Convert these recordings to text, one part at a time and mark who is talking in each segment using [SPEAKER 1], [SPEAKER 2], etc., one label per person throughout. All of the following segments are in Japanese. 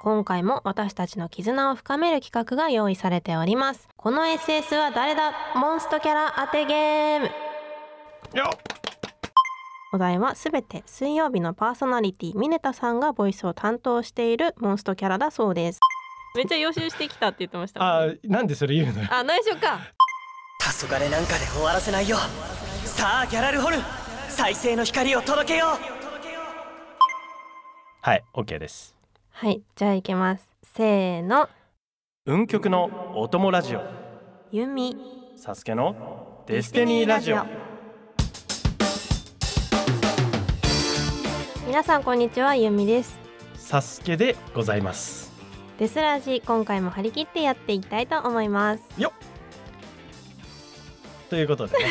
[SPEAKER 1] 今回も私たちの絆を深める企画が用意されておりますこの SS は誰だモンストキャラ当てゲーム
[SPEAKER 2] よっ
[SPEAKER 1] お題はすべて水曜日のパーソナリティミネタさんがボイスを担当しているモンストキャラだそうですめっちゃ予習してきたって言ってましたもん
[SPEAKER 2] あ
[SPEAKER 1] ね
[SPEAKER 2] なんでそれ言うのよ
[SPEAKER 1] あ内緒か
[SPEAKER 3] 黄昏なんかで終わらせないよさあギャラルホルン再生の光を届けよう
[SPEAKER 2] はい OK です
[SPEAKER 1] はいじゃあ行きますせーの
[SPEAKER 2] 運極のお供ラジオ
[SPEAKER 1] ユミ
[SPEAKER 2] サスケのデスティニーラジオ
[SPEAKER 1] 皆さんこんにちはゆみです
[SPEAKER 2] サスケでございます
[SPEAKER 1] デスラジ今回も張り切ってやっていきたいと思います
[SPEAKER 2] ということ でね、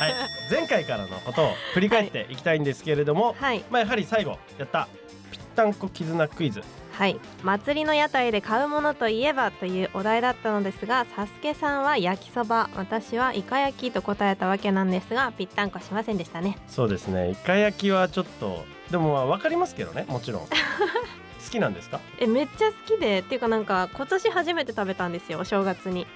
[SPEAKER 2] はい、前回からのことを振り返っていきたいんですけれども、
[SPEAKER 1] はい
[SPEAKER 2] まあやはり最後やったぴったんこ絆クイズ
[SPEAKER 1] はい祭りの屋台で買うものといえばというお題だったのですがサスケさんは焼きそば私はイカ焼きと答えたわけなんですがぴったんこしませんでしたね
[SPEAKER 2] そうですねイカ焼きはちょっとでもまあ分かりますけどねも ちろん好きなんですか
[SPEAKER 1] えめっちゃ好きでっていうかなんか今年初めて食べたんですよお正月に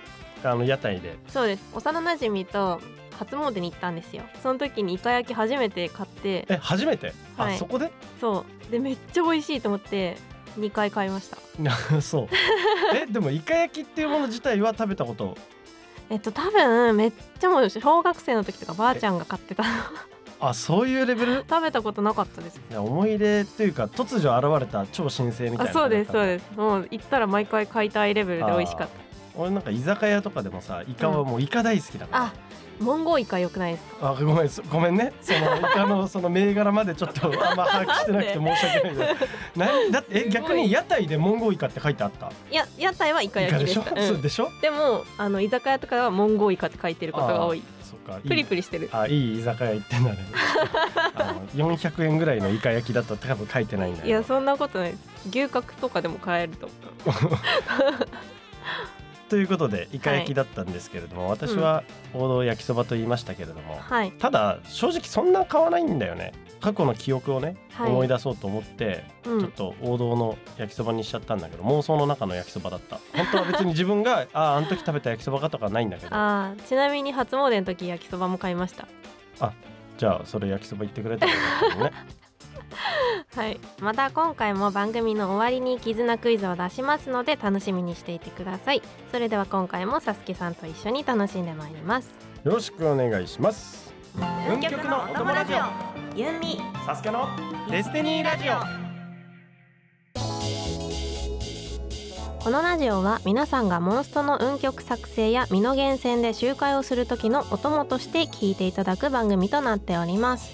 [SPEAKER 2] あの屋台で
[SPEAKER 1] そうです幼なじみと初詣に行ったんですよその時にイカ焼き初めて買 って
[SPEAKER 2] え初めて、
[SPEAKER 1] はい
[SPEAKER 2] あそこで
[SPEAKER 1] そうでめっちゃ美味しいと思って2回買いました
[SPEAKER 2] そうえでもイカ焼きっていうもの自体は食べたこと
[SPEAKER 1] えっと多分めっちゃもう小学生の時とかばあちゃんが買ってた
[SPEAKER 2] あそういうレ ベル
[SPEAKER 1] 食べたことなかったです
[SPEAKER 2] いや思い出というか突如現れた超新星みたい
[SPEAKER 1] あ
[SPEAKER 2] な
[SPEAKER 1] そうですそう
[SPEAKER 2] す
[SPEAKER 1] ですもう行ったら毎回買いたいレベルで美味しかっ
[SPEAKER 2] 俺なんか居酒屋とかでもさイカはもうイカ大好きだから、
[SPEAKER 1] たあモンゴウイカ良くないですか
[SPEAKER 2] あごめんそごめんねそのイカ のその銘柄までちょっとあんま把握してなくて申し訳ないけどなんだってえ逆に屋台でモンゴウイカって書いてあった
[SPEAKER 1] いや屋台はイカ
[SPEAKER 2] イカ
[SPEAKER 1] 焼き
[SPEAKER 2] で
[SPEAKER 1] で
[SPEAKER 2] し
[SPEAKER 1] し
[SPEAKER 2] ょ、
[SPEAKER 1] た
[SPEAKER 2] そううんでしょ
[SPEAKER 1] でもあの居酒屋とかはモンゴウイカって書いてることが多い
[SPEAKER 2] そっかいい
[SPEAKER 1] プリプリしてる
[SPEAKER 2] あいい居酒屋行ってんだねあの400円ぐらいのイカ焼きだと多分書いてないんだよ
[SPEAKER 1] いやそんなことないです牛角とかでも買えると思う
[SPEAKER 2] ということでイカ焼きだったんですけれども、私は王道焼きそばと言いましたけれども、
[SPEAKER 1] はい
[SPEAKER 2] ただ正直そんな買わないんだよね過去の記憶をね、
[SPEAKER 1] はい
[SPEAKER 2] 思い出そうと思って、
[SPEAKER 1] うん
[SPEAKER 2] ちょっと王道の焼きそばにしちゃったんだけど妄想の中の焼きそばだった本当は別に自分 があああの時食べた焼きそばかとかないんだけど
[SPEAKER 1] あーちなみに初詣の時焼きそばも買いました
[SPEAKER 2] じゃあそれ焼きそば言ってくれたらよかったのね
[SPEAKER 1] はい、また今回も番組の終わりに絆クイズを出しますので楽しみにしていてくださいそれでは今回もサスケさんと一緒に楽しんでまいります
[SPEAKER 2] よろしくお願いします運極のお友ラジオ
[SPEAKER 1] ユンミ
[SPEAKER 2] サスケのデスティニーラジオ
[SPEAKER 1] このラジオは皆さんがモンストの運曲作成や身の源泉で集会をする時のお供として聞いていただく番組となっております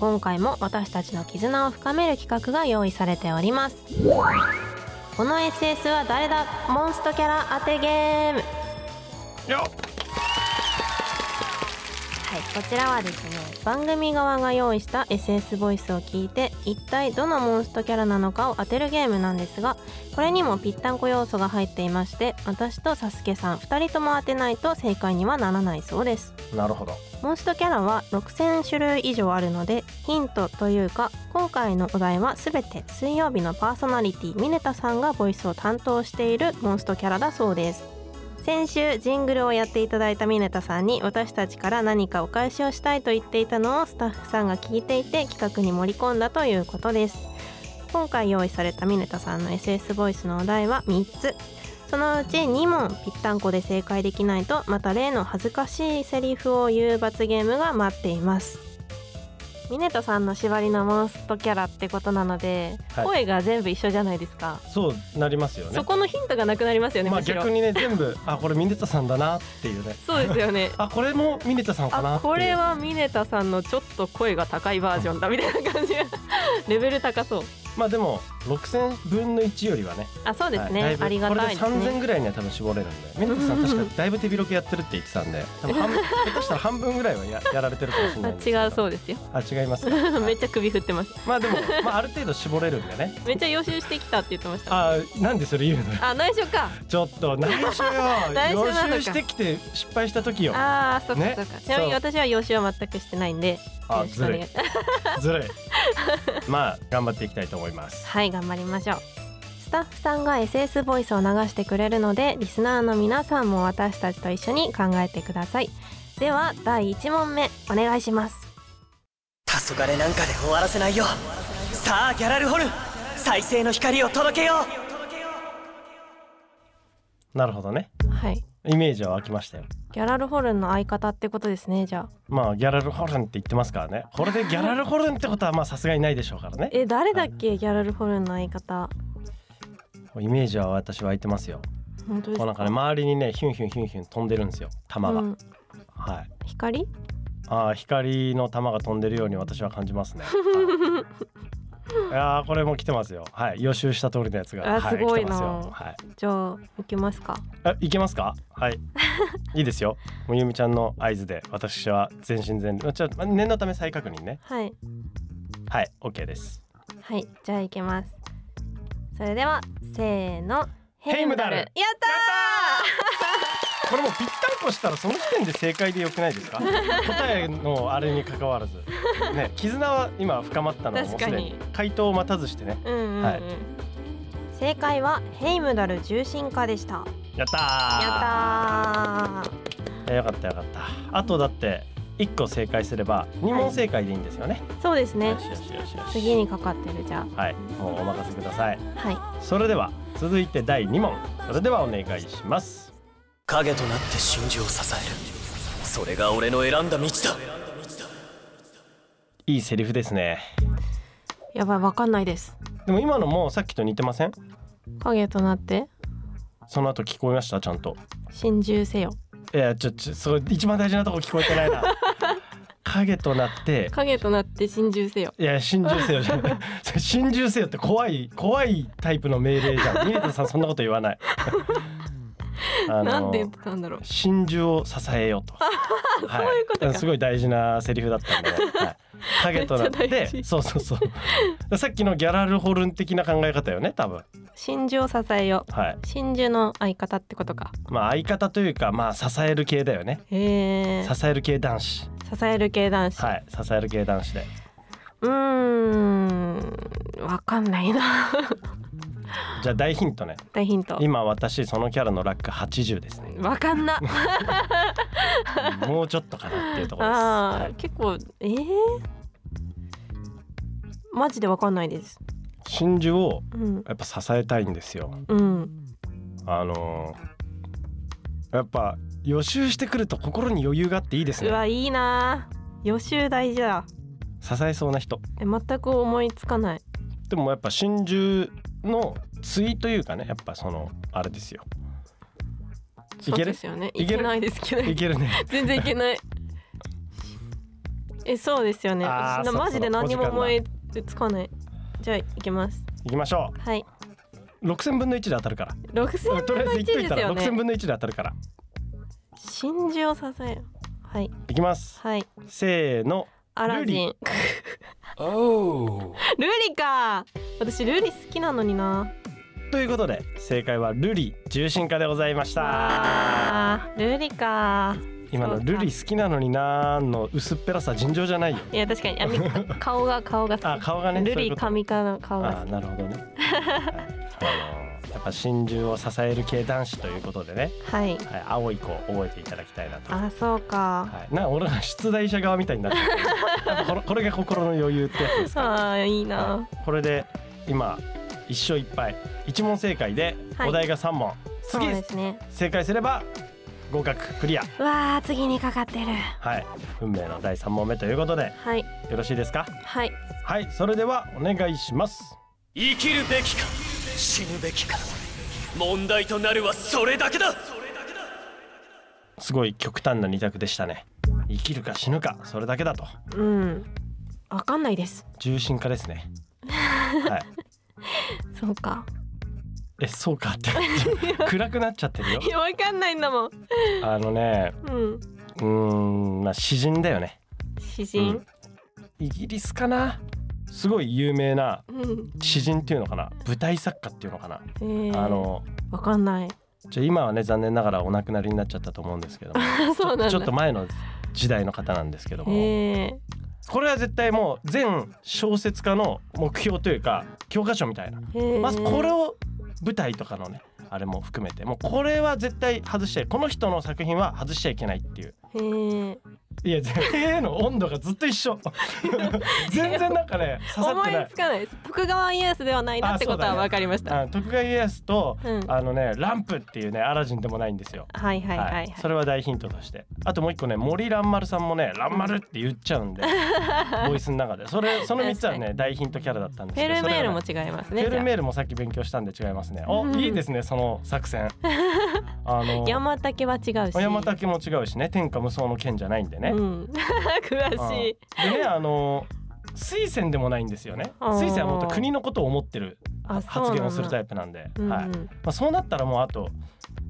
[SPEAKER 1] 今回も私たちの絆を深める企画が用意されておりますこの SS は誰だモンストキャラ当てゲーム
[SPEAKER 2] よっ
[SPEAKER 1] はい、こちらはですね番組側が用意した SS ボイスを聞いて一体どのモンストキャラなのかを当てるゲームなんですがこれにもぴったんこ要素が入っていまして私とサスケさん2人とも当てないと正解にはならないそうです
[SPEAKER 2] なるほど
[SPEAKER 1] モンストキャラは6000種類以上あるのでヒントというか今回のお題は全て水曜日のパーソナリティミネタさんがボイスを担当しているモンストキャラだそうです先週ジングルをやっていただいたミネタさんに私たちから何かお返しをしたいと言っていたのをスタッフさんが聞いていて企画に盛り込んだということです今回用意されたミネタさんの SS ボイスのお題は3つそのうち2問ぴったんこで正解できないとまた例の恥ずかしいセリフを言う罰ゲームが待っていますミネトさんの縛りのモンストキャラってことなので、
[SPEAKER 2] はい
[SPEAKER 1] 声が全部一緒じゃないですか、
[SPEAKER 2] そうなりますよね
[SPEAKER 1] そこのヒントがなくなりますよね、
[SPEAKER 2] まあ
[SPEAKER 1] むしろ
[SPEAKER 2] 逆にね全部あこれミネタさんだなっていうね
[SPEAKER 1] そうですよね
[SPEAKER 2] あこれもミネタさ んかな
[SPEAKER 1] あ
[SPEAKER 2] っていう
[SPEAKER 1] これはミネタさんのちょっと声が高いバージョンだみたいな感じ レベル高そう
[SPEAKER 2] まあでも6000分の1よりはね
[SPEAKER 1] あそうですね、
[SPEAKER 2] はいだいぶ
[SPEAKER 1] ありがたいです
[SPEAKER 2] これで3000
[SPEAKER 1] ね
[SPEAKER 2] ぐらいには多分絞れるんでミネタさん確かだいぶ手広くやってるって言ってたんで多分半下手したら半分ぐらいはや やられてるかもしれないんですけど
[SPEAKER 1] あ違うそううですよ
[SPEAKER 2] あ違いま すか
[SPEAKER 1] めっちゃ首振ってます
[SPEAKER 2] まあでも、まあ、ある程度絞れるんでね
[SPEAKER 1] めっちゃ予習してきたって言ってました
[SPEAKER 2] あなんでそれ言うのよ
[SPEAKER 1] あ内緒か
[SPEAKER 2] ちょっと内緒よ
[SPEAKER 1] 内緒な
[SPEAKER 2] 予
[SPEAKER 1] のか
[SPEAKER 2] 習してきて失敗した時よ
[SPEAKER 1] ああそっか
[SPEAKER 2] ね
[SPEAKER 1] そっか、ちなみに私は予習は全くしてないんでよ
[SPEAKER 2] あ
[SPEAKER 1] ろしく
[SPEAKER 2] ず
[SPEAKER 1] お願
[SPEAKER 2] る
[SPEAKER 1] い
[SPEAKER 2] いずるいまあ頑張っていきたいと思います
[SPEAKER 1] はい頑張りましょうススタッフさんが SS ボイスを流してくれるのでリスナーの皆さんも私たちと一緒に考えてくださいでは第1問目お願いします
[SPEAKER 3] 黄昏なんかで終わらせないよさあギャラルホルン再生の光を届けよ
[SPEAKER 2] なるほどね
[SPEAKER 1] はい
[SPEAKER 2] イメージは湧きましたよ
[SPEAKER 1] ギャラルホルンの相方ってことですねじゃあ
[SPEAKER 2] まあギャラルホルンって言ってますからねこれでギャラルホルンってことはまあさすがにないでしょうからね
[SPEAKER 1] え誰だっけギャラルホルンの相方
[SPEAKER 2] イメージは私湧いてますよ
[SPEAKER 1] 本当です
[SPEAKER 2] こうなんかね周りにねヒュンヒュンヒュンヒュン飛んでるんですよ玉が、
[SPEAKER 1] うん、
[SPEAKER 2] はい
[SPEAKER 1] 光
[SPEAKER 2] ああ光の玉が飛んでるように私は感じます ね、はい、いやーこれも来てますよはい予習した通りのやつが
[SPEAKER 1] あ
[SPEAKER 2] は
[SPEAKER 1] すごい
[SPEAKER 2] 来てます
[SPEAKER 1] な
[SPEAKER 2] よはい
[SPEAKER 1] じゃあ行きますか
[SPEAKER 2] あいけますかはい いいですよもうゆみちゃんの合図で私は全身全霊ちょっと念のため再確認ね
[SPEAKER 1] はい
[SPEAKER 2] はい OK です
[SPEAKER 1] はいじゃあ行きますそれではせーの
[SPEAKER 2] ヘイムダル
[SPEAKER 1] やった
[SPEAKER 2] これもうぴったんこしたらその時点で正解でよくないですか答えのあれに関わらずね絆は今深まったのはもうすでに
[SPEAKER 1] 確か
[SPEAKER 2] 回答を待たずしてね
[SPEAKER 1] ーうんうん、うん
[SPEAKER 2] はい
[SPEAKER 1] 正解はヘイムダル重心化でした
[SPEAKER 2] や
[SPEAKER 1] や
[SPEAKER 2] ったー
[SPEAKER 1] ったー
[SPEAKER 2] いやよかったよかったあとだって1個正解すれば2問正解でいいんですよね、
[SPEAKER 1] そうですね
[SPEAKER 2] よしよしよしよし
[SPEAKER 1] 次にかかってるじゃ
[SPEAKER 2] はいもうお任せください
[SPEAKER 1] あはい
[SPEAKER 2] それでは続いて第2問それではお願いします
[SPEAKER 3] う影となって真珠を支えるそれが俺の選んだ道だ
[SPEAKER 2] いいセリフですね
[SPEAKER 1] やばいわかんないです
[SPEAKER 2] でも今のもさっきと似てません
[SPEAKER 1] 影となって
[SPEAKER 2] その後聞こえましたちゃんと
[SPEAKER 1] 心中せよ
[SPEAKER 2] いやちょちょそれ一番大事なとこ聞こえてな いな影となって
[SPEAKER 1] 影となって心中せよ
[SPEAKER 2] いや心中せよじゃない それ心中せよって怖い怖いタイプの命令じゃんミネタさんそんなこと言 わないあの
[SPEAKER 1] なんて言ってたんだろう
[SPEAKER 2] 真珠を支えようと。は い、
[SPEAKER 1] そういうことか
[SPEAKER 2] すごい大事なセリフだったんで、はい、影とな
[SPEAKER 1] め
[SPEAKER 2] っ
[SPEAKER 1] っちゃ大
[SPEAKER 2] て、
[SPEAKER 1] 事
[SPEAKER 2] そうそうそう。 さっきのギャラルホルン的な考え方よね、多分。
[SPEAKER 1] 心中を支えよ
[SPEAKER 2] はい。
[SPEAKER 1] 真珠の相方ってことか
[SPEAKER 2] まあ相方というか、まあ支える系だよね。
[SPEAKER 1] へえ
[SPEAKER 2] 支える系男子。
[SPEAKER 1] 支える系男子、
[SPEAKER 2] はい、支える系男子で。
[SPEAKER 1] うーんわかんないな
[SPEAKER 2] じゃあ大ヒントね。
[SPEAKER 1] 大ヒント
[SPEAKER 2] 今私そのキャラのラック80ですね。
[SPEAKER 1] わかんな
[SPEAKER 2] もうちょっとかなっていうところです。
[SPEAKER 1] あー、
[SPEAKER 2] はい、
[SPEAKER 1] 結構えー、マジでわかんないです
[SPEAKER 2] 真珠を
[SPEAKER 1] うん
[SPEAKER 2] やっぱ支えたいんですよ。
[SPEAKER 1] うん
[SPEAKER 2] あのーやっぱ予習してくると心に余裕があっていいです
[SPEAKER 1] う
[SPEAKER 2] ね
[SPEAKER 1] わいいな予習大事だ
[SPEAKER 2] 支えそうな人
[SPEAKER 1] え全く思いつかない
[SPEAKER 2] でもやっぱ真珠の対というかねやっぱそのあれですよい
[SPEAKER 1] そう
[SPEAKER 2] け
[SPEAKER 1] で
[SPEAKER 2] る
[SPEAKER 1] すよね
[SPEAKER 2] い
[SPEAKER 1] い
[SPEAKER 2] ける
[SPEAKER 1] けないですけど
[SPEAKER 2] いけるね
[SPEAKER 1] 全然いけないえそうですよね
[SPEAKER 2] あー
[SPEAKER 1] そんな
[SPEAKER 2] そろそろ
[SPEAKER 1] マジで何に
[SPEAKER 2] お
[SPEAKER 1] も
[SPEAKER 2] 時間だ
[SPEAKER 1] 思いつかないじゃあいきます
[SPEAKER 2] いきましょ
[SPEAKER 1] はいう
[SPEAKER 2] 6000分の1で当たるから
[SPEAKER 1] 6000
[SPEAKER 2] とりあ
[SPEAKER 1] 分
[SPEAKER 2] え
[SPEAKER 1] の1
[SPEAKER 2] ず言っと
[SPEAKER 1] で
[SPEAKER 2] い
[SPEAKER 1] す
[SPEAKER 2] たら
[SPEAKER 1] よ
[SPEAKER 2] 6000
[SPEAKER 1] ね
[SPEAKER 2] 分の1で当たるから
[SPEAKER 1] 真珠を支えるはい
[SPEAKER 2] いきます
[SPEAKER 1] はい
[SPEAKER 2] せーの
[SPEAKER 1] アラジン ル
[SPEAKER 3] おお
[SPEAKER 1] リか私ルリ好きなのにな
[SPEAKER 2] ということで正解はルリ重心化でございました
[SPEAKER 1] あールリか
[SPEAKER 2] 今の
[SPEAKER 1] そう
[SPEAKER 2] ル
[SPEAKER 1] か
[SPEAKER 2] リ好きなのになーの薄っぺらさ尋常じゃないよ
[SPEAKER 1] いや確かにあみ 顔が顔が
[SPEAKER 2] あ
[SPEAKER 1] 好
[SPEAKER 2] 顔が
[SPEAKER 1] き
[SPEAKER 2] ね
[SPEAKER 1] ル
[SPEAKER 2] そういう
[SPEAKER 1] リ
[SPEAKER 2] こと
[SPEAKER 1] カミカの顔が
[SPEAKER 2] ああーなるほ どね、はいあのーやっぱ真珠を支える系男子ということでね、
[SPEAKER 1] 好きはい
[SPEAKER 2] はい、青い子を覚えていただきたいなと、は
[SPEAKER 1] あそうか
[SPEAKER 2] い、なんか俺が出題者側みたいになってる やっぱこれこれが心の余裕ってやつですか、
[SPEAKER 1] あーいい
[SPEAKER 2] は
[SPEAKER 1] ない
[SPEAKER 2] これで今一生いっぱい一問正解で
[SPEAKER 1] はい
[SPEAKER 2] お題が三問、
[SPEAKER 1] そう
[SPEAKER 2] 次
[SPEAKER 1] ですね
[SPEAKER 2] 正解すれば合格クリア
[SPEAKER 1] わあ次にかかってる
[SPEAKER 2] はい運命の第三問目ということで
[SPEAKER 1] はい
[SPEAKER 2] よろしいですか
[SPEAKER 1] はい
[SPEAKER 2] はいそれではお願いします
[SPEAKER 3] 生きるべきか死ぬべきか問題となるはそれだけだ
[SPEAKER 2] すごい極端な二択でしたね生きるか死ぬかそれだけだと
[SPEAKER 1] うんわかんないです
[SPEAKER 2] 重心化ですねはい
[SPEAKER 1] そうか
[SPEAKER 2] えそうかって 暗くなっちゃってるよ
[SPEAKER 1] いやわかんないんだもん
[SPEAKER 2] あのね
[SPEAKER 1] うん
[SPEAKER 2] うーんまあ詩人だよね
[SPEAKER 1] 詩人
[SPEAKER 2] イギリスかなすごい有名な
[SPEAKER 1] うん、
[SPEAKER 2] 詩人っていうのかな舞台作家っていうのかな、
[SPEAKER 1] えー、
[SPEAKER 2] あの
[SPEAKER 1] わかんない
[SPEAKER 2] じゃあ今はね残念ながらお亡くなりになっちゃったと思うんですけども
[SPEAKER 1] そうなんだ
[SPEAKER 2] ちょっと前の時代の方なんですけども、
[SPEAKER 1] え
[SPEAKER 2] これは絶対もう全小説家の目標というか教科書みたいな
[SPEAKER 1] ー、えー、
[SPEAKER 2] まずこれ
[SPEAKER 1] を
[SPEAKER 2] を舞台とかのねあれも含めてもうこれは絶対外しちゃいこの人の作品は外しちゃいけないっていう
[SPEAKER 1] へえ
[SPEAKER 2] いや全然の温度がずっと 一緒全然なんかね刺さっ
[SPEAKER 1] 思
[SPEAKER 2] てない
[SPEAKER 1] いつかないです徳川家康ではないなってことは分かりました、
[SPEAKER 2] あ徳川家康と、
[SPEAKER 1] うん
[SPEAKER 2] あのねランプっていうねアラジンでもないんですよ
[SPEAKER 1] はいはいはいはい、
[SPEAKER 2] それは大ヒントとしてあともう一個ね森蘭丸さんもね蘭丸って言っち ゃうんでボイスの中でそれその3つはね大ヒントキャラだったんです
[SPEAKER 1] フ
[SPEAKER 2] け
[SPEAKER 1] ェ
[SPEAKER 2] ど
[SPEAKER 1] ルメールも
[SPEAKER 2] そ
[SPEAKER 1] 違いますね
[SPEAKER 2] れはねフェル
[SPEAKER 1] じ
[SPEAKER 2] メ
[SPEAKER 1] ゃ
[SPEAKER 2] ールもさっき勉強したんで違いますねお、
[SPEAKER 1] うん
[SPEAKER 2] いいですねその作 戦あの
[SPEAKER 1] あ山竹は違うし
[SPEAKER 2] 山竹も違うしね天下無双の剣じゃないんでね、
[SPEAKER 1] うん 詳しい
[SPEAKER 2] でねあの推薦でもないんですよね
[SPEAKER 1] あー
[SPEAKER 2] 推薦はもっと国のことを思ってる
[SPEAKER 1] あ
[SPEAKER 2] 発言をするタ
[SPEAKER 1] イ
[SPEAKER 2] イプなんで
[SPEAKER 1] うんうん
[SPEAKER 2] はいまあ、そうなったらもうあと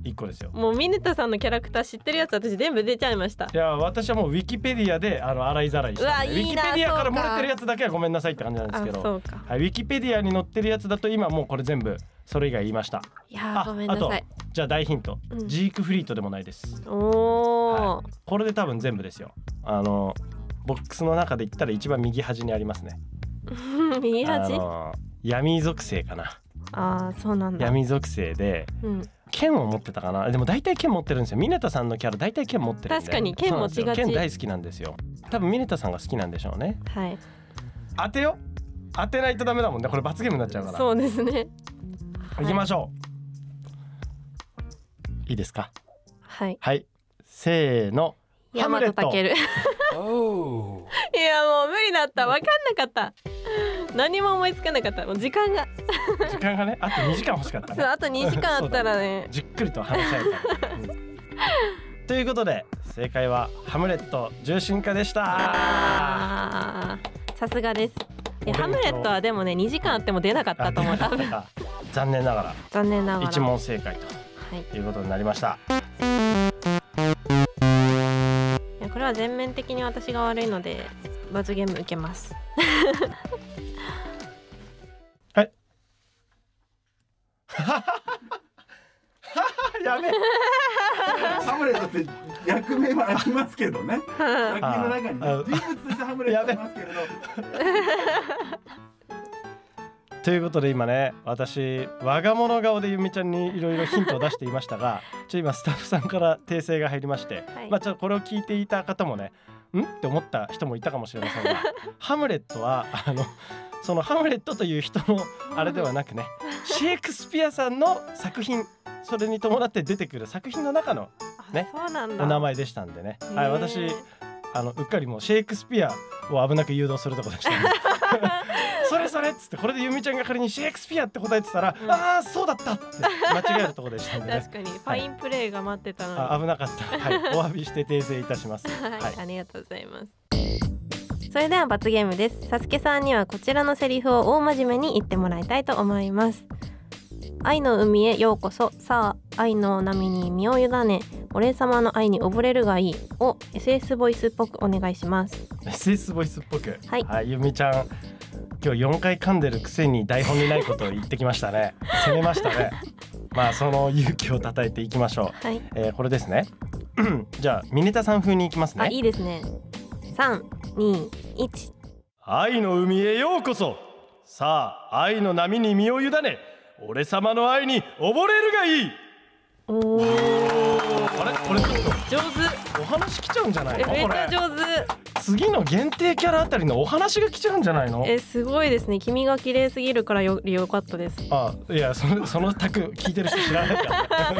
[SPEAKER 2] 1個ですよ
[SPEAKER 1] もうミネタさんのキャラクター知ってるやつ私全部出ちゃいました
[SPEAKER 2] いや私はもうウィキペディアであの洗いざらいしたんで
[SPEAKER 1] うわいいな
[SPEAKER 2] ウィキペディアから
[SPEAKER 1] そうか
[SPEAKER 2] 漏れてるやつだけはごめんなさいって感じなんです
[SPEAKER 1] あ
[SPEAKER 2] けど、
[SPEAKER 1] そうか
[SPEAKER 2] はい、ウィキペディアに載ってるやつだと今もうこれ全部それ以外言いました
[SPEAKER 1] いやー
[SPEAKER 2] あ
[SPEAKER 1] ごめんなさい
[SPEAKER 2] じゃあ大ヒント、
[SPEAKER 1] うん
[SPEAKER 2] ジークフリートでもないです
[SPEAKER 1] おおー、
[SPEAKER 2] はこれで多分全部ですよあのボックスの中で言ったら一番右端にありますね
[SPEAKER 1] 右端
[SPEAKER 2] あの闇属性かな
[SPEAKER 1] ああそうなんだ、
[SPEAKER 2] 闇属性で
[SPEAKER 1] うん、
[SPEAKER 2] 剣を持ってたかなでも大体剣持ってるんですよミネタさんのキャラ大体剣持ってるんで
[SPEAKER 1] 確かに剣持ちがち
[SPEAKER 2] そうなんですよ剣大好きなんですよ多分ミネタさんが好きなんでしょうね
[SPEAKER 1] はい
[SPEAKER 2] 当てよ当てないとダメだもんねこれ罰ゲームになっちゃうから
[SPEAKER 1] そうですね
[SPEAKER 2] 行きま
[SPEAKER 1] し
[SPEAKER 2] しょう、い、いですか
[SPEAKER 1] はい
[SPEAKER 2] はいせーのハム
[SPEAKER 1] 山
[SPEAKER 2] レ
[SPEAKER 1] と
[SPEAKER 2] ット
[SPEAKER 1] タケル いやもう無理だった分かんなかった何も思いつかなかったもう時間が
[SPEAKER 2] 時間がねあと2時間欲しかった
[SPEAKER 1] そう
[SPEAKER 2] ね
[SPEAKER 1] あと2時間あったらね
[SPEAKER 2] じっくりと話し合えたら、うんということで正解はハムレット重心化でした
[SPEAKER 1] あーさすがですいや
[SPEAKER 2] お
[SPEAKER 1] ハ
[SPEAKER 2] 勉強
[SPEAKER 1] ムレットはでもね2時間あっても出なかったと思う多
[SPEAKER 2] あ出
[SPEAKER 1] 分
[SPEAKER 2] なかったか残念なが
[SPEAKER 1] 残念なが
[SPEAKER 2] ら
[SPEAKER 1] ら
[SPEAKER 2] 一問正解
[SPEAKER 1] はいい
[SPEAKER 2] ということになりました
[SPEAKER 1] やこれは全面的に私が悪いので罰ゲーム受けます
[SPEAKER 2] やべ
[SPEAKER 4] ハムレットって役名はありますけどね。作品の中にね
[SPEAKER 2] ああ
[SPEAKER 4] 人物としてハムレットありますけれど。
[SPEAKER 2] ということで今ね私我が物顔でゆみちゃんにいろいろヒントを出していまし たがちょ今スタッフさんから訂正が入りまして、
[SPEAKER 1] はい
[SPEAKER 2] まあちょっとこれを聞いていた方もねんって思った人もいたかもしれませ んがハムレットはあのそのハムレットという人のあれではなくねシェイクスピアさんの作品それに伴って出てくる作品の中の
[SPEAKER 1] あ
[SPEAKER 2] ね
[SPEAKER 1] そうなんだ
[SPEAKER 2] お名前でしたんでね、
[SPEAKER 1] へー
[SPEAKER 2] はい、私あのうっかりもうシェイクスピアを危なく誘導するとこ でした、ね、それそれっつってこれでゆみちゃんが仮にシェイクスピアって答えてたら、
[SPEAKER 1] うん
[SPEAKER 2] ああそうだったって間違えるとこでしたんでね
[SPEAKER 1] 確かにファインプレーが待ってたので、
[SPEAKER 2] あ危なかった、はい、お詫びして訂正いたします。
[SPEAKER 1] はい、
[SPEAKER 2] はい
[SPEAKER 1] ありがとうございます。それでは罰ゲームです。サスケさんにはこちらのセリフを大真面目に言ってもらいたいと思います。愛の海へようこそ。さあ、愛の波に身を委ね。俺様の愛に溺れるがいい。を SS ボイスっぽくお願いします。
[SPEAKER 2] SS ボイスっぽく、
[SPEAKER 1] はい
[SPEAKER 2] ゆみちゃん今日4回噛んでるくせに台本にないことを言ってきましたね攻めました ねまあその勇気をたたえていきましょ
[SPEAKER 1] はい。
[SPEAKER 2] う、えー、これですね じゃあミネタさん風にいきますね
[SPEAKER 1] あ、いいですね。三、二、一。
[SPEAKER 2] 愛の海へようこそさあ愛の波に身を委ね俺様の愛に溺れるがいい
[SPEAKER 1] おお、
[SPEAKER 2] あれこれちょっ
[SPEAKER 1] 上
[SPEAKER 2] とお話来ちゃうんじゃな
[SPEAKER 1] 手。
[SPEAKER 2] い
[SPEAKER 1] え、
[SPEAKER 2] の
[SPEAKER 1] めっ
[SPEAKER 2] こ
[SPEAKER 1] ちゃ
[SPEAKER 2] れ
[SPEAKER 1] 上手。
[SPEAKER 2] 次の限定キャラあたりのお話が来ちゃうんじゃないの
[SPEAKER 1] え、すごいですね。君が綺麗すぎるからより良かったです。
[SPEAKER 2] あいやそのそのタク聞いてる人知らないから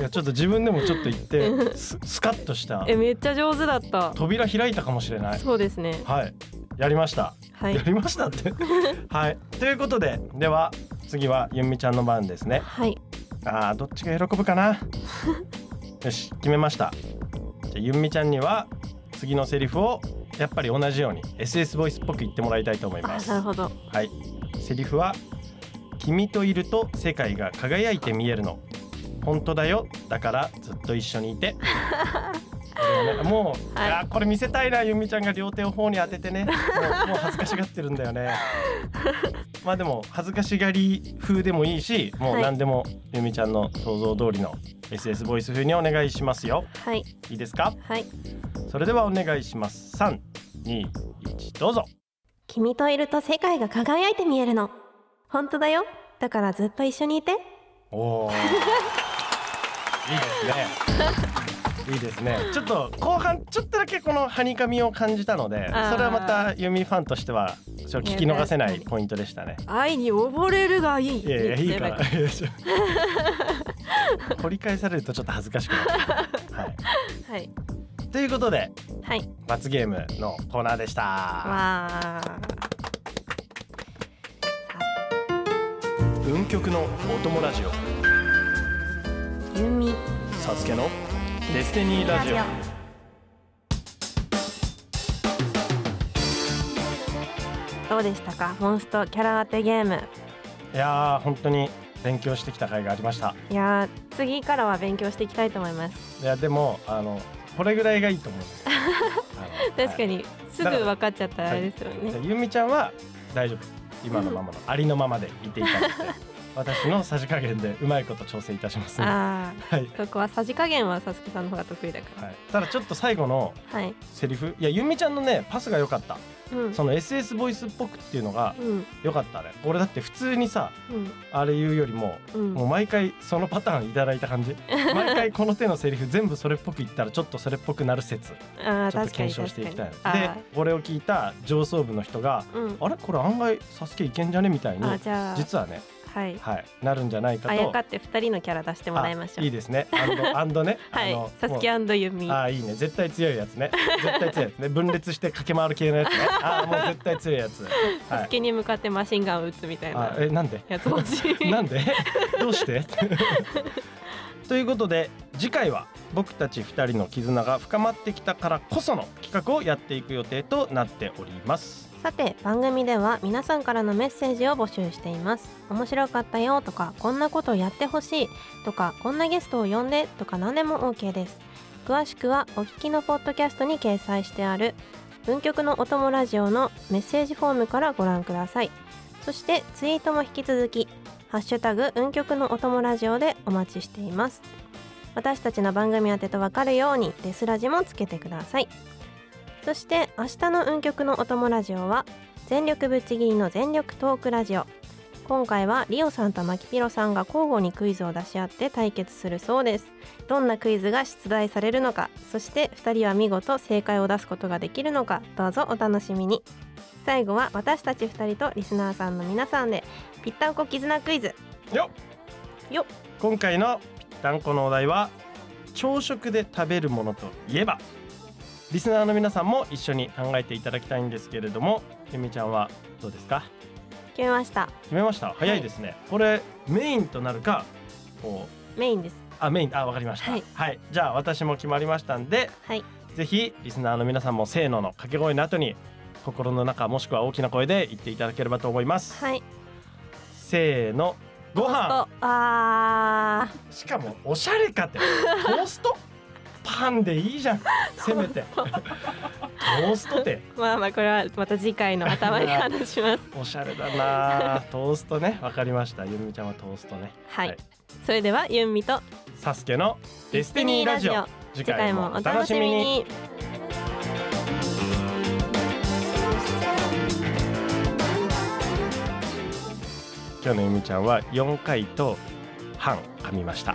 [SPEAKER 2] いやちょっと自分でもちょっと言ってススカッとした
[SPEAKER 1] え、めっちゃ上手だった。
[SPEAKER 2] 扉開いたかもしれない
[SPEAKER 1] そうですね。
[SPEAKER 2] はいやりました
[SPEAKER 1] はい
[SPEAKER 2] や。りましたって はいということででは次はゆんみちゃんの番ですね
[SPEAKER 1] はい。
[SPEAKER 2] あーどっちが喜ぶか なよし決めましたじゃあゆんみちゃんには次のセリフをやっぱり同じように SS ボイスっぽく言ってもらいたいと思い
[SPEAKER 1] あ、
[SPEAKER 2] ます
[SPEAKER 1] なるほど。
[SPEAKER 2] はいセリフは「君といると世界が輝いて見えるの本当だよだからずっと一緒にいて」 これはねもう、
[SPEAKER 1] はい
[SPEAKER 2] あーこれ見せたいなゆんみちゃんが両手を頬に当ててねもうもう恥ずかしがってるんだ よねまあでも恥ずかしがり風でもいいしもう
[SPEAKER 1] はい
[SPEAKER 2] 何でもゆみちゃんの想像通りの SS ボイス風にお願いしますよ
[SPEAKER 1] はい。
[SPEAKER 2] いいですか
[SPEAKER 1] はい。
[SPEAKER 2] それではお願いします321どうぞ
[SPEAKER 1] 君といると世界が輝いて見えるの。本当だよ。だからずっと一緒にいて
[SPEAKER 2] おお。いいですね。いいですね。ちょっと後半ちょっとだけこのはにかみを感じたので、
[SPEAKER 1] あー
[SPEAKER 2] それはまたユミファンとしてはちょっと聞き逃せないポイントでしたね。
[SPEAKER 1] 愛に溺れるがいい
[SPEAKER 2] いやいやいいから。 いやちょ掘り返されるとちょっと恥ずかしくなっちゃう。はい。
[SPEAKER 1] はい
[SPEAKER 2] ということで
[SPEAKER 1] はい
[SPEAKER 2] 罰ゲームのコーナーでした。
[SPEAKER 1] わあ
[SPEAKER 2] 運極のお供ラジオ、
[SPEAKER 1] ユミ
[SPEAKER 2] サスケのデスティニーラジオ。
[SPEAKER 1] どうでしたかモンストキャラ当てゲーム
[SPEAKER 2] いやー本当に勉強してきた回がありました。
[SPEAKER 1] いやー次からは勉強していきたいと思います
[SPEAKER 2] いやでもあのこれぐらいがいいと思う んですよあの
[SPEAKER 1] 確かにすぐ
[SPEAKER 2] だから
[SPEAKER 1] 分かっちゃったらあ
[SPEAKER 2] はい
[SPEAKER 1] れですよ
[SPEAKER 2] じ
[SPEAKER 1] ね
[SPEAKER 2] ゃあゆみちゃんは大丈夫今のままの、ありのままでいてい ただいて私のさじ加減でうまいこと調整いたしますので
[SPEAKER 1] あ
[SPEAKER 2] はい、
[SPEAKER 1] あそこはさじ加減はさすけさんの方が得意だか
[SPEAKER 2] はい、ただちょっと最後の
[SPEAKER 1] らはい
[SPEAKER 2] セリフいやゆみちゃんのねパスが良かった
[SPEAKER 1] うん
[SPEAKER 2] その SS ボイスっぽくっていうのが
[SPEAKER 1] うん
[SPEAKER 2] 良かったね俺だって普通にさ
[SPEAKER 1] うん
[SPEAKER 2] あれ言うよりも
[SPEAKER 1] うん
[SPEAKER 2] もう毎回そのパターンいただいた感じ毎回この手のセリフ全部それっぽく言ったらちょっとそれっぽくなる説
[SPEAKER 1] ああ
[SPEAKER 2] ちょっと
[SPEAKER 1] 確かに
[SPEAKER 2] 検証していきたい
[SPEAKER 1] 確
[SPEAKER 2] な
[SPEAKER 1] かに
[SPEAKER 2] でこれを聞いた上層部の人が
[SPEAKER 1] あーうん
[SPEAKER 2] あれこれ案外サスケいけんじゃねみたいに
[SPEAKER 1] あじゃあ
[SPEAKER 2] 実はね
[SPEAKER 1] はい
[SPEAKER 2] はいなるんじゃないかと
[SPEAKER 1] あやかって二人のキャラ出してもらいましょう
[SPEAKER 2] いいですねア ンドアンドね
[SPEAKER 1] はい
[SPEAKER 2] あの
[SPEAKER 1] サスケ
[SPEAKER 2] もう
[SPEAKER 1] ユミ
[SPEAKER 2] あーいいね絶対強いや つね絶対強いやつね分裂して駆け回る系のやつねあーもう絶対強いやつ
[SPEAKER 1] サ
[SPEAKER 2] は
[SPEAKER 1] ス
[SPEAKER 2] い
[SPEAKER 1] ケに向かってマシンガンを撃つみたい
[SPEAKER 2] あ
[SPEAKER 1] な
[SPEAKER 2] えなんで
[SPEAKER 1] やつ欲し い
[SPEAKER 2] なんでどうしてということで次回は僕たち2人の絆が深まってきたからこその企画をやっていく予定となっております
[SPEAKER 1] さて番組では皆さんからのメッセージを募集しています面白かったよとかこんなことやってほしいとかこんなゲストを呼んでとか何でも OK です詳しくはお聞きのポッドキャストに掲載してある文曲のお供ラジオのメッセージフォームからご覧くださいそしてツイートも引き続きハッシュタグ運曲のお供ラジオでお待ちしています私たちの番組宛てとわかるようにデスラジもつけてくださいそして明日の運曲のお供ラジオは全力ぶっちぎりの全力トークラジオ今回はリオさんとマキピロさんが交互にクイズを出し合って対決するそうですどんなクイズが出題されるのかそして2人は見事正解を出すことができるのかどうぞお楽しみに最後は私たち2人とリスナーさんの皆さんでぴったんこ絆クイズ
[SPEAKER 2] よ
[SPEAKER 1] よっ
[SPEAKER 2] 今回のぴったんこのお題は朝食で食べるものといえばリスナーの皆さんも一緒に考えていただきたいんですけれどもゆみちゃんはどうですか
[SPEAKER 1] 決めました
[SPEAKER 2] 決めました早いですね、これメインとなるかこう
[SPEAKER 1] メインです
[SPEAKER 2] あメインあわかりました
[SPEAKER 1] は
[SPEAKER 2] はいい、じゃあ私も決まりましたんで
[SPEAKER 1] はい
[SPEAKER 2] ぜひリスナーの皆さんもせーのの掛け声の後に心の中もしくは大きな声で言っていただければと思います、
[SPEAKER 1] はい
[SPEAKER 2] せーのご飯
[SPEAKER 1] ああ
[SPEAKER 2] しかもおしゃれかってトーストパンでいい じゃんせめてトーストって
[SPEAKER 1] ー まあまあこれはまた次回の頭に話します
[SPEAKER 2] おしゃれだ なあトーストねわかりましたゆみちゃんはトーストね
[SPEAKER 1] はい、
[SPEAKER 2] はい
[SPEAKER 1] それではユンミと
[SPEAKER 2] サスケのデスティニーラジオ
[SPEAKER 1] 次
[SPEAKER 2] 次
[SPEAKER 1] 回
[SPEAKER 2] 回も
[SPEAKER 1] も
[SPEAKER 2] お
[SPEAKER 1] お
[SPEAKER 2] 楽
[SPEAKER 1] 楽
[SPEAKER 2] し
[SPEAKER 1] し
[SPEAKER 2] み
[SPEAKER 1] み
[SPEAKER 2] に
[SPEAKER 1] に
[SPEAKER 2] 今日のゆみちゃんは4回と半噛みました